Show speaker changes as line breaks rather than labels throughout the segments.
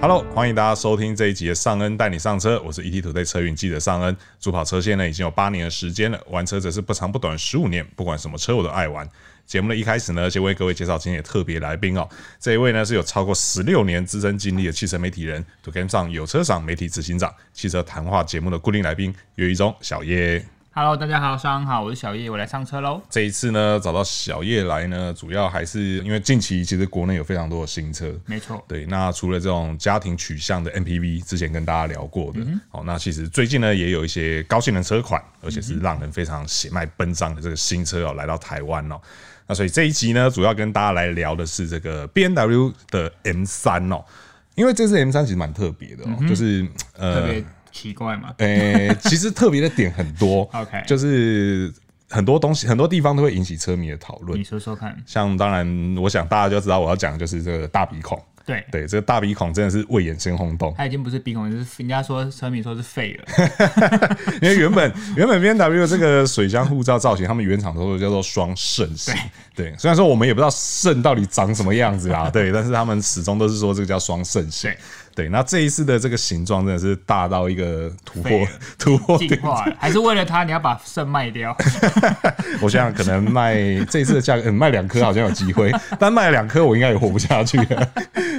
Hello，欢迎大家收听这一集的尚恩带你上车，我是 ET 土队车云记者尚恩。主跑车线呢已经有八年的时间了，玩车则是不长不短十五年，不管什么车我都爱玩。节目的一开始呢，先为各位介绍今天的特别来宾哦，这一位呢是有超过十六年资深经历的汽车媒体人 t o Game 上有车赏媒体执行长，汽车谈话节目的固定来宾岳一中小叶。
Hello，大家好，上午好，我是小叶，我来上车喽。
这一次呢，找到小叶来呢，主要还是因为近期其实国内有非常多的新车，
没错，
对，那除了这种家庭取向的 MPV，之前跟大家聊过
嗯
的，好、那其实最近呢也有一些高性能车款，而且是让人非常血脉奔张的这个新车哦，来到台湾哦。那所以这一集呢，主要跟大家来聊的是这个 B N W 的 M 三哦，因为这次 M 三其实蛮特别的哦，就是
嗯特
呃，
别奇怪嘛，
诶、 其实特别的点很多
OK
就是很多东西，很多地方都会引起车迷的讨论
你。说说看。
像当然，我想大家就知道我要讲的就是这个大鼻孔。
对，
对，这个大鼻孔真的是未眼先轰动，
他已经不是鼻孔，就是人家说车迷说是废 了。
因为原本原本 B N W 这个水箱护罩造型，他们原厂都叫做双肾型。对，虽然说我们也不知道肾到底长什么样子 啦，对，但是他们始终都是说这个叫双肾型
对。
对，那这一次的这个形状真的是大到一个突
废
破
了
突破点
进化了，还是为了他，你要把肾 卖掉？
我想想，可能卖这一次的价格，嗯，卖两颗好像有机会，但卖两颗我应该也活不下去了。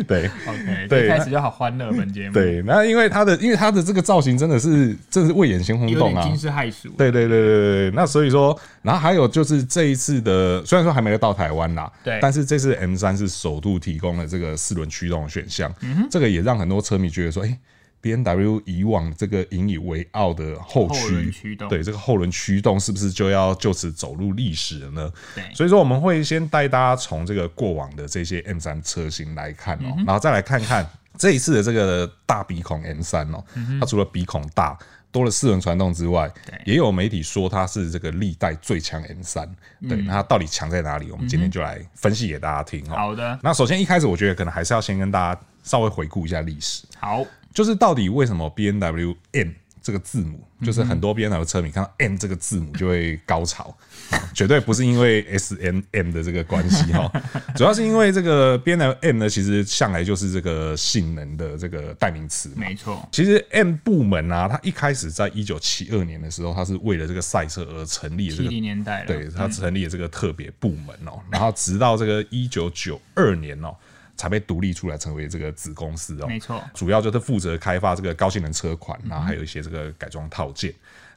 对
OK，
对
一开始就好欢乐，本节目
对，那因为它的，因为它的这个造型真的是，真的是未眼先轰
有
动
点
啊
惊。世骇俗。
对对对对对对，那所以说，然后还有就是这一次的，虽然说还没到台湾啦，
对
但是这次 M 三是首度提供了这个四轮驱动的选项，
嗯
这个也让很多车迷觉得说，哎、b N W 以往这个引以为傲的后
后
驱
轮驱动
对这个后轮驱动是不是就要就此走入历史了呢？
对
所以说我们会先带大家从这个过往的这些 M 三车型来看
嗯
哦，然后再来看看这一次的这个大鼻孔 M 三哦，
嗯
它除了鼻孔大。多了四轮传动之外，也有媒体说它是这个历代最强 M 三，
嗯
对，那它到底强在哪里？我们今天就来分析给大家听哦。
好的，
那首先一开始，我觉得可能还是要先跟大家稍微回顾一下历史，
好，
就是到底为什么 B N W M 这个字母，就是很多 B N W 车迷看到 M 这个字母就会高潮， 哦绝对不是因为 S N M 的这个关系哈，主要是因为这个 B N W M 呢，其实向来就是这个性能的这个代名词嘛。
没错，
其实 M 部门啊，它一开始在一九七二年的时候，它是为了这个赛车而成立的这
七
个
零年代了，嗯
对，他成立了这个特别部门哦，然后直到这个一九九二年哦，才被独立出来成为这个子公司哦。
没错嗯
主要就是负责开发这个高性能车款，然后还有一些这个改装套件。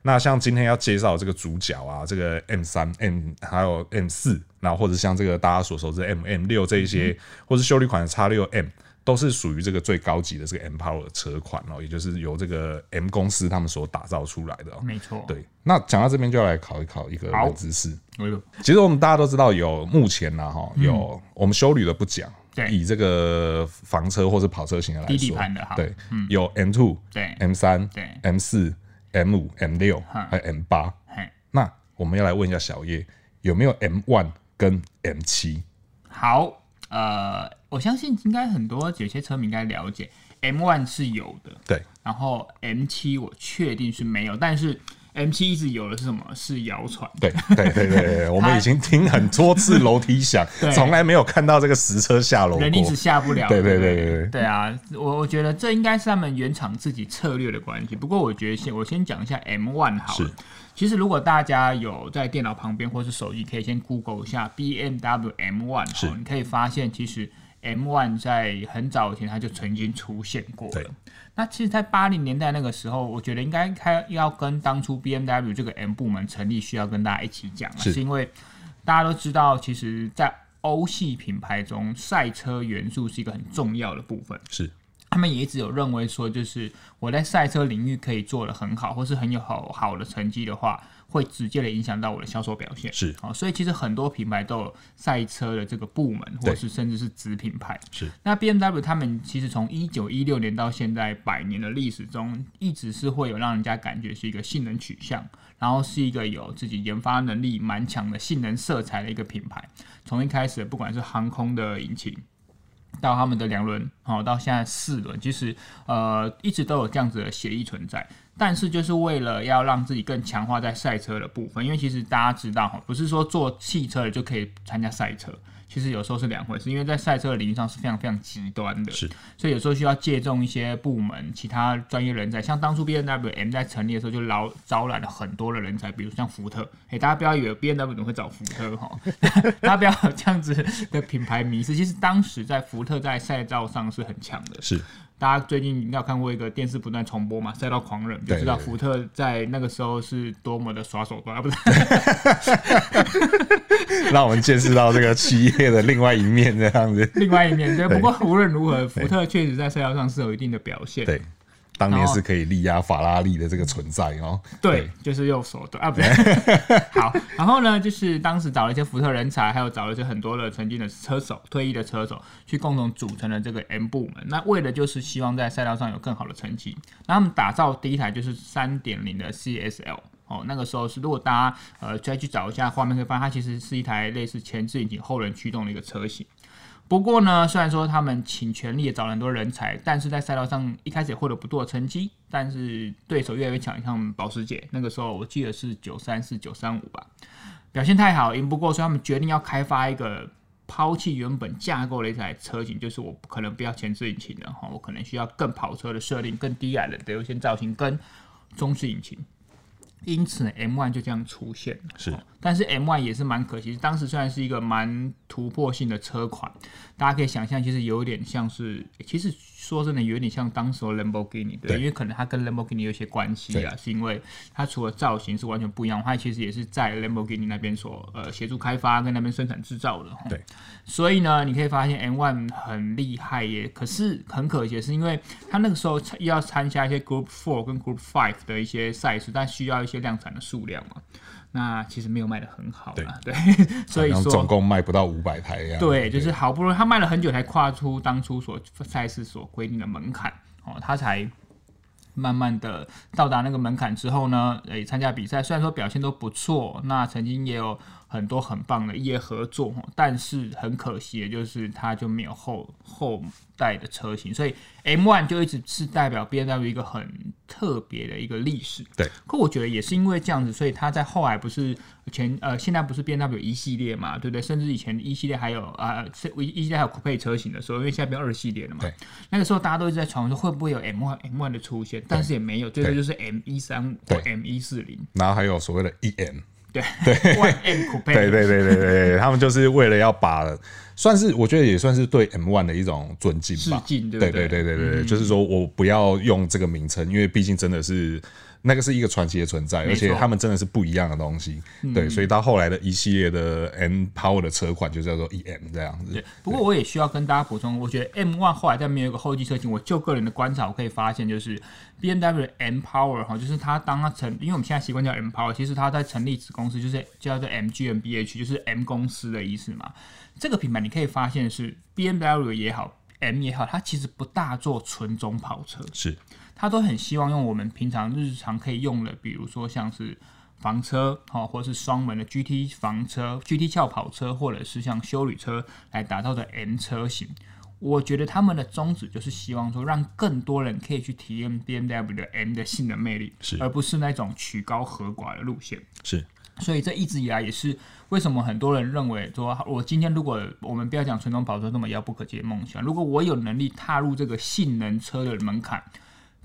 那像今天要介绍这个主角啊，这个 M 三、M 还有 M 四，然后或者像这个大家所熟知的 M M 六这一些，
嗯
或是修理款的 X 六 M，都是属于这个最高级的这个 M Power 车款哦，也就是由这个 M 公司他们所打造出来的、哦。
没错。，
对，那讲到这边就要来考一考一个
好
冷知识。
我有
其实我们大家都知道有目前呢、哈，有、我们修旅的不讲，
嗯对
以这个房车或是跑车型的来说，
低底盘的哈
对，有 M two，
对
，M 三，
对
，M 四，M 五，M 六，还有 M 八。
嘿，
那我们要来问一下小叶，有没有 M one 跟 M 七？
好，呃，我相信应该很多有些车迷应该了解，M One 是有的，
对，
然后 M 七我确定是没有，但是 M 七一直有的是什么？是谣传。
对，对，对，对，对，我们已经听很多次楼梯响，
对
从来没有看到这个实车下楼过
人。一直下不了，
对对对
对不
对对
对啊！我我觉得这应该是他们原厂自己策略的关系。不过我觉得先我先讲一下 M One 好了
是。
其实如果大家有在电脑旁边或是手机，可以先 Google 一下 BMW M One，
是
好你可以发现其实 M One 在很早以前它就曾经出现过
对
了。那其实，在八零年代那个时候，我觉得应该开要跟当初 BMW 这个 M 部门成立，需要跟大家一起讲了，
是
是因为大家都知道，其实，在欧系品牌中，赛车元素是一个很重要的部分。
是
他们也一直有认为说，就是我在赛车领域可以做得很好，或是很有好好的成绩的话，会直接的影响到我的销售表现。
是
好、所以其实很多品牌都有赛车的这个部门，
对
或是甚至是子品牌。
是
那 BMW 他们其实从一九一六年到现在百年的历史中，一直是会有让人家感觉是一个性能取向，然后是一个有自己研发能力蛮强的性能色彩的一个品牌。从一开始，不管是航空的引擎。到他们的两轮，好、到现在四轮，其实呃一直都有这样子的协议存在。但是就是为了要让自己更强化在赛车的部分，因为其实大家知道哈，不是说做汽车的就可以参加赛车，其实有时候是两回事，因为在赛车的领域上是非常非常极端的，
是，
所以有时候需要借重一些部门、其他专业人才，像当初 B N W M 在成立的时候就劳招揽了很多的人才，比如像福特，哎、大家不要以为 B N W 会找福特哈， 大家不要有这样子的品牌迷失，其实当时在福特在赛道上是很强的，
是
大家最近应该有看过一个电视不断重播嘛，《赛道狂人》，就知道
嗯对对对
福特在那个时候是多么的耍手段，啊，不是
让我们见识到这个企业的另外一面，这样子。
另外一面。对，不过无论如何，福特确实在赛道上是有一定的表现。
对，当年是可以力压法拉利的这个存在哦。
对，就是右手的啊，不是。 好，然后呢，就是当时找了一些福特人才，还有找了一些很多的曾经的车手、退役的车手，去共同组成了这个 M 部门。那为的就是希望在赛道上有更好的成绩。那他们打造第一台就是三点零的 CSL。哦，那个时候是，如果大家呃再去找一下画面，可以发现它其实是一台类似前置引擎、后轮驱动的一个车型。不过呢，虽然说他们倾全力也找了很多人才，但是在赛道上一开始也获得不错的成绩，但是对手越来越强，像保时捷那个时候我记得是九三四、九三五吧，表现太好，赢不过，所以他们决定要开发一个抛弃原本架构的一台车型，就是我可能不要前置引擎了哈，我可能需要更跑车的设定、更低矮的流线造型跟中置引擎。因此 M1 就这样出现了。
是
哦，但是 M1 也是蛮可惜，当时虽然是一个蛮突破性的车款，大家可以想象，其实有点像是，其实说真的，有点像当时的 Lamborghini，对，
对
因为可能它跟 Lamborghini 有一些关系啊，是因为它除了造型是完全不一样，它其实也是在 Lamborghini 那边所呃协助开发跟那边生产制造的。哦
对，
所以呢，你可以发现 M1 很厉害耶，可是很可惜，是因为它那个时候参要参加一些 Group Four 跟 Group Five 的一些赛事，但需要一些量产的数量嘛。那其实没有卖的很好啦，对， 所以
然后
说
总共卖不到五百台这样子。
对，就是好不容易他卖了很久才跨出当初所赛事所规定的门槛哦，他才慢慢的到达那个门槛之后呢，诶、参加比赛虽然说表现都不错，那曾经也有很多很棒的业合作，哦但是很可惜，的就是他就没有后后代的车型，所以 M1 就一直是代表 B M W 一个很特别的一个历史。
对，
可我觉得也是因为这样子，所以他在后来不是前呃，现在不是 B M W 一系列嘛，对不对？甚至以前一系列还有啊，是、一一系列还有酷配车型的时候，因为现在变二系列了嘛
对。
那个时候大家都一直在传闻说会不会有 M one M one 的出现，但是也没有，最多就是 M 一三五或
对
M 一四零，
然后还有所谓的 EM，
对，One M 酷配，
对对对对对对，他们就是为了要把，算是我觉得也算是对 M One 的一种尊敬吧，
致敬对
对
不对
对对对对对就是说我不要用这个名称，因为毕竟真的是那个是一个传奇的存在，
没
而
错
且他们真的是不一样的东西，对，所以到后来的一系列的 M Power 的车款就叫做 EM 这样子
对，不过我也需要跟大家补充，我觉得 M One 后来在没有一个后继车型，我就个人的观察，我可以发现就是 B M W M Power 哈，就是它当它成，因为我们现在习惯叫 M Power，其实它在成立子公司就是叫做 M G M B H，就是 M 公司的意思嘛。这个品牌你可以发现是 B M W 也好，M 也好，它其实不大做纯种跑车，
是
他都很希望用我们平常日常可以用的，比如说像是房车哦，或是双门的 GT 房车、GT 轿跑车，或者是像修旅车来打造的 M 车型。我觉得他们的宗旨就是希望说，让更多人可以去体验 BMW 的 M 的性能魅力，
是
而不是那种曲高和寡的路线。
是
所以这一直以来也是为什么很多人认为说，我今天如果我们不要讲传统跑车那么遥不可及的梦想，如果我有能力踏入这个性能车的门槛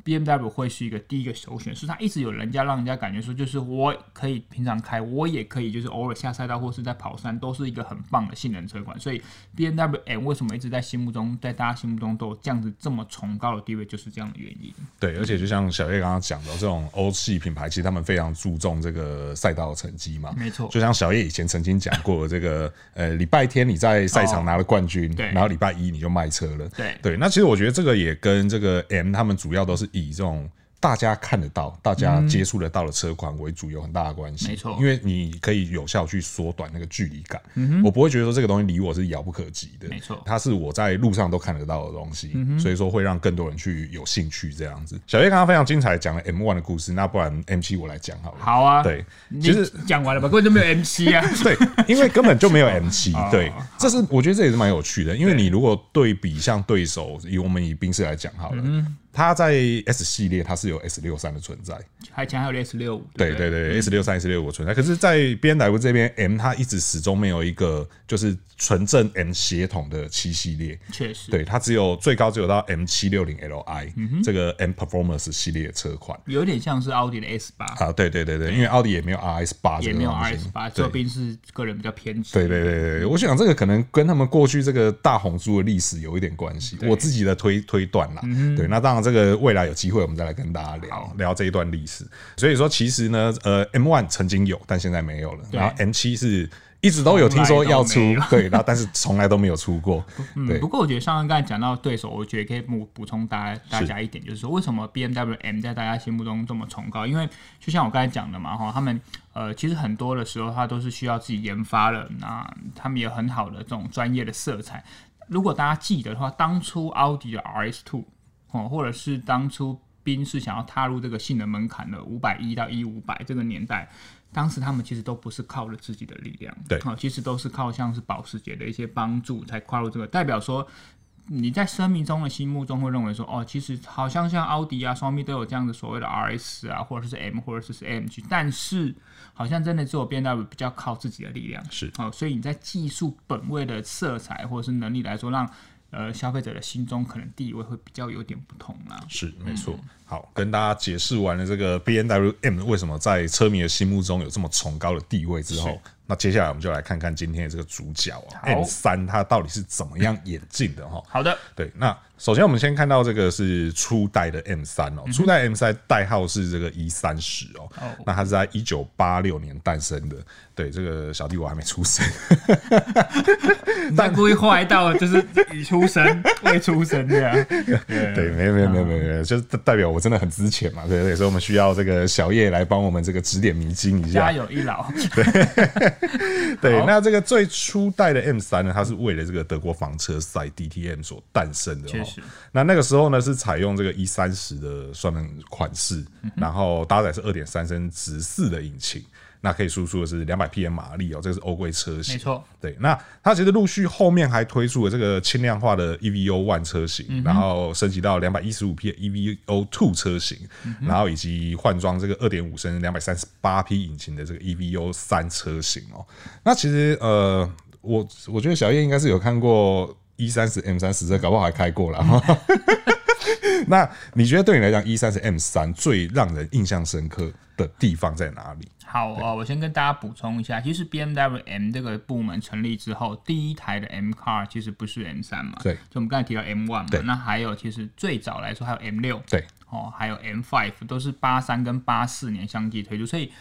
，B M W 会是一个第一个首选，是它一直有人家让人家感觉说，就是我可以平常开，我也可以就是偶尔下赛道或是在跑山，都是一个很棒的性能车款。所以 B M W M 为什么一直在心目中，在大家心目中都有这样子这么崇高的地位，就是这样的原因。
对，而且就像小叶刚刚讲的，这种欧系品牌其实他们非常注重这个赛道的成绩嘛，
没错，
就像小叶以前曾经讲过，这个呃，礼拜天你在赛场拿了冠军，
哦对
然后礼拜一你就卖车了，
对
对。那其实我觉得这个也跟这个 M 他们主要都是以这种大家看得到、大家接触得到的车款为主有很大的关系，
嗯没错嗯
因为你可以有效去缩短那个距离感，我不会觉得说这个东西离我是遥不可及的，
没错嗯
它是我在路上都看得到的东西，所以说会让更多人去有兴趣这样子。小叶刚刚非常精彩地讲了 M One 的故事，那不然 M 七我来讲好了。
好啊，
对，
你
其实
讲完了吧，根本就没有 M 七啊。
对，因为根本就 没有 M 七
哦。
对，这是
嗯
我觉得这也是蛮有趣的，因为你如果对比像对手，以我们以宾士来讲好了，它在 S 系列它是有 S 六三的存在，
还前还有 S 六五，
对
不
对对，S 六三 S 六我存在，可是，在 B N W 这边，M 它一直始终没有一个就是纯正 M 血统的七系列，
确实，
对，它只有最高只有到 M 七六零 L I
嗯
这个 M Performance 系列车款
有点像是奥迪的 S 八，
啊，对对对对，因为奥迪也没有 R S 八，
也没有 R
东
S
西，
八，
对
这边是个人比较偏执，
对对对对，我想这个可能跟他们过去这个大红猪的历史有一点关系，我自己的推推断啦。
嗯
对，那当然这个未来有机会我们再来跟大家聊聊这一段历史。所以说，其实呢，呃，M One 曾经有，但现在没有了。然后 M 七是一直都有听说要出
从来都没有，
对，然后但是从来都没有出过。对
嗯，不过我觉得上刚才讲到对手，我觉得可以补补充大家大家一点，就是说为什么 B M W M 在大家心目中这么崇高？因为就像我刚才讲的嘛，哈，他们呃其实很多的时候它都是需要自己研发的，那他们也有很好的这种专业的色彩。如果大家记得的话，当初奥迪的 R S Two 哦，或者是当初宾士想要踏入这个性能门槛的五百一到一五百这个年代，当时他们其实都不是靠了自己的力量，
对
哦，其实都是靠像是保时捷的一些帮助才跨入这个，代表说。你在生命中的心目中会认为说，哦，其实好像像奥迪啊、双臂都有这样的所谓的 RS 啊，或者是 M，或者是 AMG，但是好像真的只有 B W 比较靠自己的力量，
是
哦，所以你在技术本位的色彩或者是能力来说，让呃消费者的心中可能地位会比较有点不同啦。
是没错。好，跟大家解释完了这个 B N W M 为什么在车迷的心目中有这么崇高的地位之后
是，
那接下来我们就来看看今天的这个主角啊
好
，M 三它到底是怎么样演进的哈。
好的，
对，那首先我们先看到这个是初代的 M 三哦，初代 M 三代号是这个 E 三十哦，
哦
那它是在一九八六年诞生的。对，这个小弟我还没出生，
你在故意坏到就是已出生未出生这样，
对，没有没有没有没有没有，就是代表我真的很值钱嘛，对不对？所以我们需要这个小叶来帮我们这个指点迷津一
家
下。
有 一老，
对，
好
那这个最初代的 M 三呢，它是为了这个德国房车赛 DTM 所诞生的、哦，
确实
那那个时候呢，是采用这个 E 三十的双门款式，
嗯
然后搭载是二点三升直四的引擎，那可以输出的是两百匹马力哦，这个是欧规车型。
没错，
对，那它其实陆续后面还推出了这个轻量化的 E EVO One 车型，
嗯
然后升级到两百一十五匹的 EVO Two 车型，
嗯
然后以及换装这个二点五升两百三十八匹引擎的这个 EVO 三车型哦。那其实呃，我我觉得小叶应该是有看过 E 三十 M 三十，这搞不好还开过 了。那你觉得对你来讲，E 三十 M 三最让人印象深刻的地方在哪里？
好啊、我先跟大家补充一下，其实 B M W M 这个部门成立之后，第一台的 M Car 其实不是 M 三嘛，
对
就我们刚才提到 M one
对
嘛，那还有其实最早来说还有 M 六，
对，
哦，还有 M Five 都是八三跟八四年相继推出，所以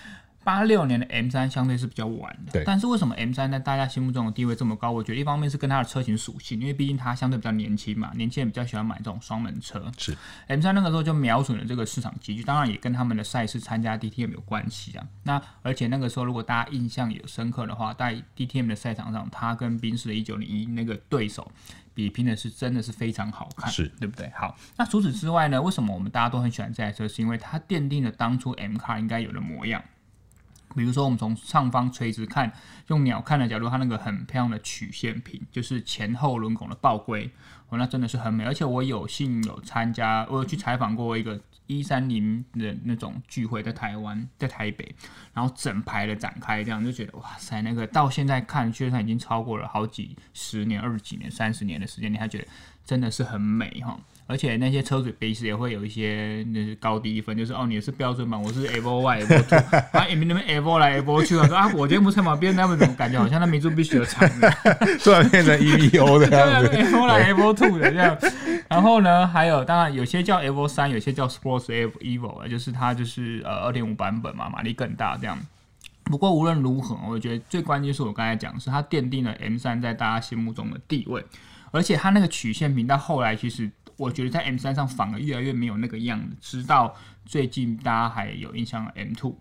八六年的 M 三相对是比较晚的。
对
但是为什么 M 三在大家心目中的地位这么高？我觉得一方面是跟它的车型属性，因为毕竟它相对比较年轻嘛，年轻人比较喜欢买这种双门车。
是
M 三那个时候就瞄准了这个市场机遇，当然也跟他们的赛事参加 DTM 有关系啊。那而且那个时候如果大家印象有深刻的话，在 DTM 的赛场上，它跟宾士的1901那个对手比拼的是真的是非常好看，
是
对不对？好，那除此之外呢，为什么我们大家都很喜欢这台车？是因为它奠定了当初 M Car 应该有的模样。比如说，我们从上方垂直看，用鸟看的角度，它那个很漂亮的曲线屏，就是前后轮拱的爆龟，哦，那真的是很美。而且我有幸有参加，我有去采访过一个一三零的那种聚会，在台湾，在台北，然后整排的展开，这样就觉得哇塞，那个到现在看，确实它已经超过了好几十年、二十几年、三十年的时间，你还觉得真的是很美哈。而且那些车主彼此也会有一些就是高低分，就是哦，你是标准版，我是 a v o Y a v o Two，然后你们那边 a v o 来 a v o 去，我说啊，我今天不是嘛，别人他们怎么感觉好像那民族必须有厂子
突然变成 E EVO 的
对啊
样子。
，Apple 来 Apple Two 的这样。然后呢，还有当然有些叫 Apple 三，有些叫 Sports Evo，啊就是它就是呃二点五版本嘛，马力更大这样。不过无论如何，我觉得最关键是我刚才讲，是它奠定了 M 三在大家心目中的地位，而且它那个曲线屏到后来其实。我觉得在 M 三上反而越来越没有那个样子，直到最近大家还有印象 M two，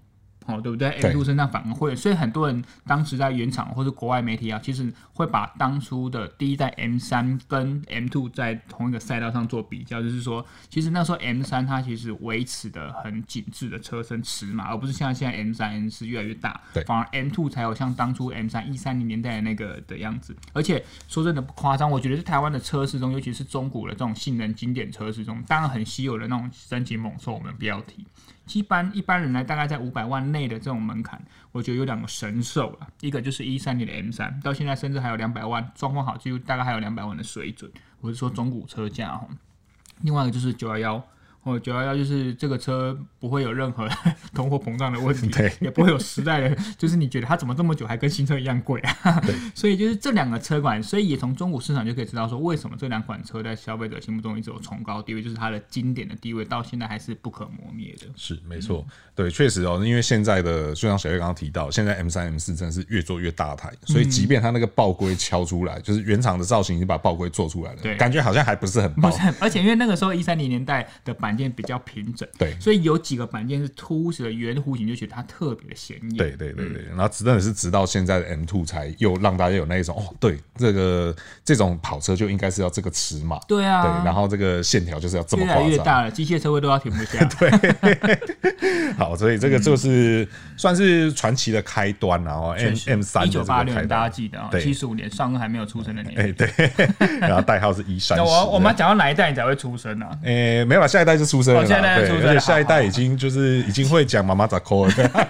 哦，对不对
对
？M two 身上反而会有，所以很多人当时在原厂或是国外媒体啊，其实会把当初的第一代 M 三跟 M two 在同一个赛道上做比较，就是说，其实那时候 M 三它其实维持的很紧致的车身尺码，而不是像现在 M 三 M 四越来越大
对，
反而 M two 才有像当初 M 三一三零年代的那个的样子。而且说真的不夸张，我觉得在台湾的车市中，尤其是中古的这种性能经典车市中，当然很稀有的那种神奇猛兽，我们不要提。一般一般人来大概在五百万内的这种门槛，我觉得有两个神兽了，一个就是一三年的 M 三，到现在甚至还有两百万，状况好就大概还有两百万的水准，我是说中古车价哦。另外一个就是九幺幺。哦，九幺幺就是这个车不会有任何 通货膨胀的问题，
对
也不会有时代的，就是你觉得它怎么这么久还跟新车一样贵啊？ 所以就是这两个车款，所以也从中古市场就可以知道说，为什么这两款车在消费者心目中一直有崇高地位，就是它的经典的地位到现在还是不可磨灭的。
是没错，对，确实哦，因为现在的就像小月刚刚提到，现在 M 三 M 四真的是越做越大台，所以
嗯
即便它那个爆龟敲出来，就是原厂的造型已经把爆龟做出来了，
对
感觉好像还不是很
不
爆
是，，而且因为那个时候一三零年代的板件比较平整，
对
所以有几个板件是凸起的圆弧形，就觉得它特别的显眼。
对对对对，然
嗯
后真的是直到现在的 M two 才又让大家有那一种哦，对，这个这种跑车就应该是要这个尺码，
对啊，
对，然后这个线条就是要这么
越
夸
来
张，
越大了，机械车位都要停不 下。对，
好，所以这个就是、
嗯
算是传奇的开端啦哦，M M 三
一
的这
九
个
八六
开
年大家
端，
记得啊、
对
七十五年尚恩还没有出生的年
哎、
代。
对，然后代号是一三
那
十，
我我们要讲到哪一代你才会出生啊？
诶、没有啦，下一代就出生了啦、
哦下一代就
对
出生了
而且下一
好
代
好
已经就是已经会讲妈妈咋 call 了。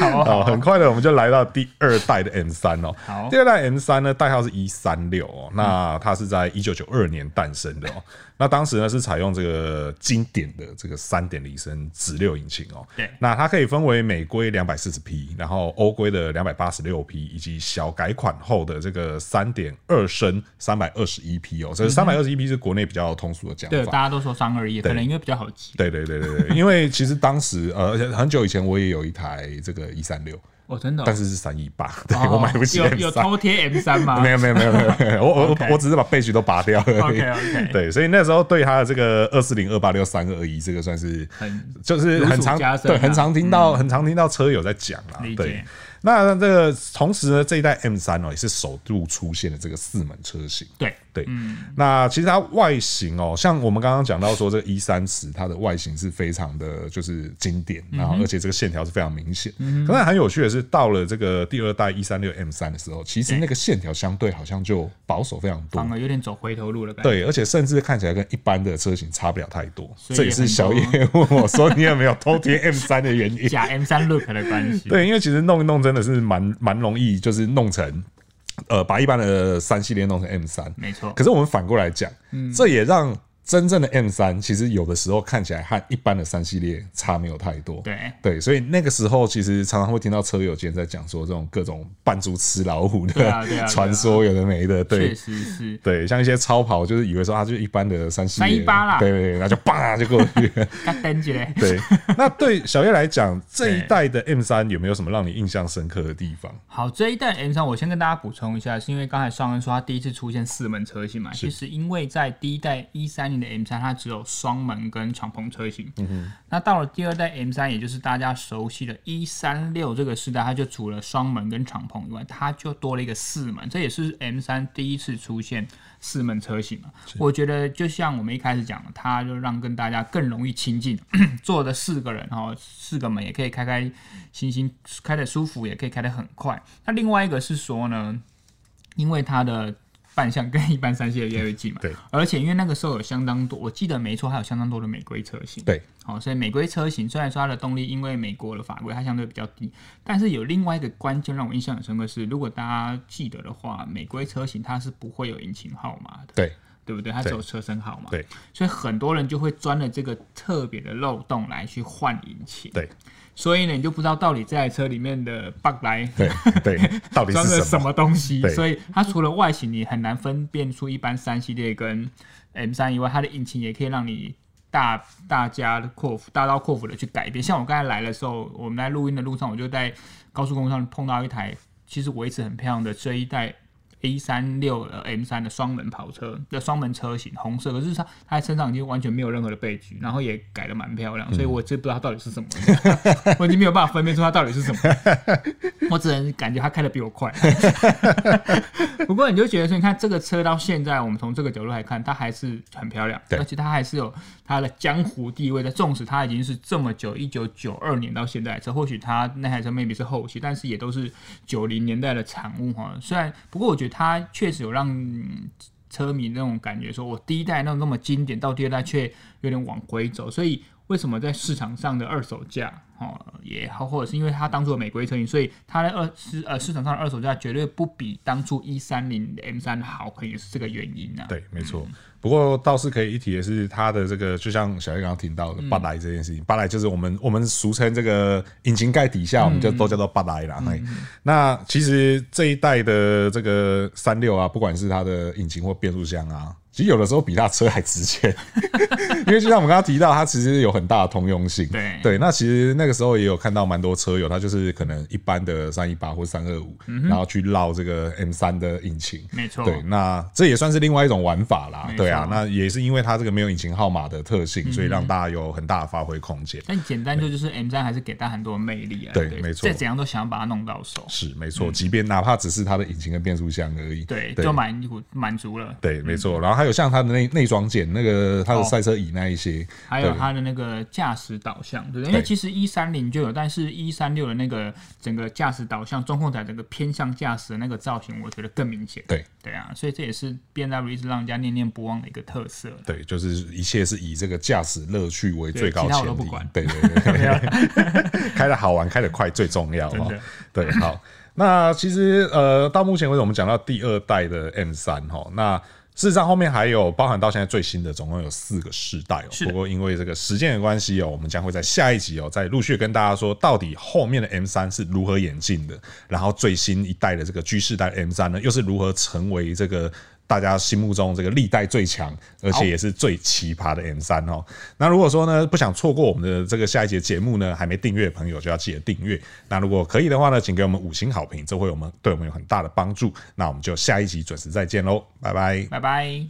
好哦
好，
好
很快的我们就来到第二代的 M 三哦。
好
第二代 M 三呢，代号是一三六哦，那它是在一九九二年诞生的哦。那当时呢是采用这个经典的这个三点零升直六引擎哦。
对
那它可以分为美规两百四十匹，然后欧规的两百八十六匹，以及小改款后的这个三点二升三百二十一匹哦。这三百二十一匹是国内比较通俗的讲法。
对，大家都说三二一，可能因为比较好记。
对对对对对，因为其实当时呃，而且很久以前我也有一台这个一三六，
哦，真的哦、
但是是三一八，对
哦
我买不起
有
M
有
三。
偷贴 M 三 吗？
没有没有没有没有没有，我我
OK
我只是把 b a 都拔掉而已。
OK，OK
对，所以那时候对他的这个二四零二八六三二一，这个算是
很
就是
如数
很常
家珍啊
对很常听到很常听到车友在讲啦
理。解
对，那这个同时呢，这一代 M 三哦也是首度出现的这个四门车型。
对，
对，
嗯
那其实它外形哦，像我们刚刚讲到说，这个一 E 三十它的外形是非常的就是经典，
嗯
然后而且这个线条是非常明显。可是很有趣的是，到了这个第二代一三六 M 三的时候，其实那个线条相对好像就保守非常多
反。而有点走回头路的感觉。
对，而且甚至看起来跟一般的车型差不了太多，
所以
这也是小叶问我说你有没有偷贴 M 三的原因。
假 M 三 look 的关 系。
对，因为其实弄一弄真的是蛮蛮容易，就是弄成呃把一般的三系列弄成 M 三，
没错
可是我们反过来讲，
嗯
这也让真正的 M 三其实有的时候看起来和一般的三系列差没有太多。
对
对，所以那个时候其实常常会听到车友间在讲说这种各种扮猪吃老虎
对啊
的
对啊对啊
传说，有的没的，对
确。实是。
对，像一些超跑，就是以为说它就是一般的三系列，
318啦
对对对，那就叭就过去 了。
嘎登起来，
对，那对小叶来讲，这一代的 M 三有没有什么让你印象深刻的地方？
好，这一代 M 三，我先跟大家补充一下，是因为刚才上恩说它第一次出现四门车型嘛，其实因为在第一代一三零的 M 三，它只有双门跟敞篷车型，那到了第二代 M 三，也就是大家熟悉的一三六这个时代，它就除了双门跟敞篷以外，它就多了一个四门，这也是 M 三第一次出现四门车型嘛。我觉得就像我们一开始讲的，它就让跟大家更容易亲近， 坐的四个人哈，四个门也可以开开心心，开得舒服，也可以开得很快。那另外一个是说呢，因为它的扮相跟一般三系的越来越近嘛，
对，
而且因为那个时候有相当多，我记得没错，还有相当多的美规车型，
对，
好、所以美规车型虽然说它的动力因为美国的法规它相对比较低，但是有另外一个关键让我印象很深刻是，如果大家记得的话，美规车型它是不会有引擎号码的，
对，
对不对？它只有车身号码，
对，
所以很多人就会钻了这个特别的漏洞来去换引擎，
对，
所以呢，你就不知道到底这台车里面的 bug 来
对，对，到底
装了
是
什
什么？
么东西
对，
所以它除了外形你很难分辨出一般三系列跟 M 三以外，它的引擎也可以让你大大家的阔斧大刀阔斧的去改变。像我刚才来的时候，我们在录音的路上，我就在高速公路上碰到一台，其实维持很漂亮的这一代 A 三六呃 M 三的双门跑车的双门车型，红色，可是它它身上已经完全没有任何的背具，然后也改的蛮漂亮，所以
嗯
我真不知道它到底是什么， 我已经没有办法分辨出它到底是什么， 我只能感觉它开的比我快。 不过你就觉得说，你看这个车到现在，我们从这个角度来看，它还是很漂亮，
对
而且它还是有它的江湖地位的。纵使它已经是这么久，一九九二年到现在的车，或许它那台车 maybe 是后期，但是也都是九零年代的产物哈。虽然不过我觉得它确实有让。嗯车迷那种感觉，说我第一代那种那么经典，到第二代却有点往回走，所以为什么在市场上的二手价哦也好，或者是因为它当初的美规车型，所以它的二市呃市场上的二手价绝对不比当初一三零 M 三好，可能也是这个原因啊。
对，没错。不过倒是可以一提的是，它的这个就像小叶刚刚听到的“八来”这件事情，“八来”就是我们我们俗称这个引擎盖底下，我们就都叫做“八来”啦。嘿，那其实这一代的这个三六啊，不管是它的引擎或变速箱啊，其实有的时候比它车还值钱， 因为就像我们刚刚提到，它其实有很大的通用性。
对
对，那其实那个时候也有看到蛮多车友，他就是可能一般的三一八或三二五，然后去绕这个 M 三的引擎。
没错，
对，那这也算是另外一种玩法啦
哦没，错嗯
对啊，那也是因为它这个没有引擎号码的特性，所以让大家有很大的发挥空间。
但简单说就是 M 三还是给大家很多的魅力啊。
对
不
没错
再怎样都想要把它弄到手。
是没错，即便哪怕只是它的引擎跟变速箱而已，
嗯对，
对
就满满足了。
对，没错。然后还有像它的内内装件，那个它的
哦
赛车椅那一些，
还有
对
它的那个驾驶导向，对不对？因为
对
其实一三零就有，但是一三六的那个整个驾驶导向，中控台整个偏向驾驶的那个造型，我觉得更明显。
对
对啊，所以这也是 B N W 一直让人家念念不忘的一个特色。
对，就是一切是以这个驾驶乐趣为最高
对其他我都
前提
不管。
对对 对， 开的好玩，开的快最重要
真
哦
的。
对，好。那其实呃，到目前为止，我们讲到第二代的 M 三哈，那事实上后面还有包含到现在最新的，总共有四个世代哦。
是
不过因为这个时间的关系哦，我们将会在下一集哦，再陆续跟大家说到底后面的 M 三是如何演进的，然后最新一代的这个 G 世代 M 三呢，又是如何成为这个。大家心目中这个历代最强，而且也是最奇葩的 M 三哦。那如果说呢不想错过我们的这个下一节节目呢，还没订阅的朋友就要记得订阅。那如果可以的话呢，请给我们五星好评，这会我们对我们有很大的帮助。那我们就下一集准时再见喽，拜拜。
拜拜。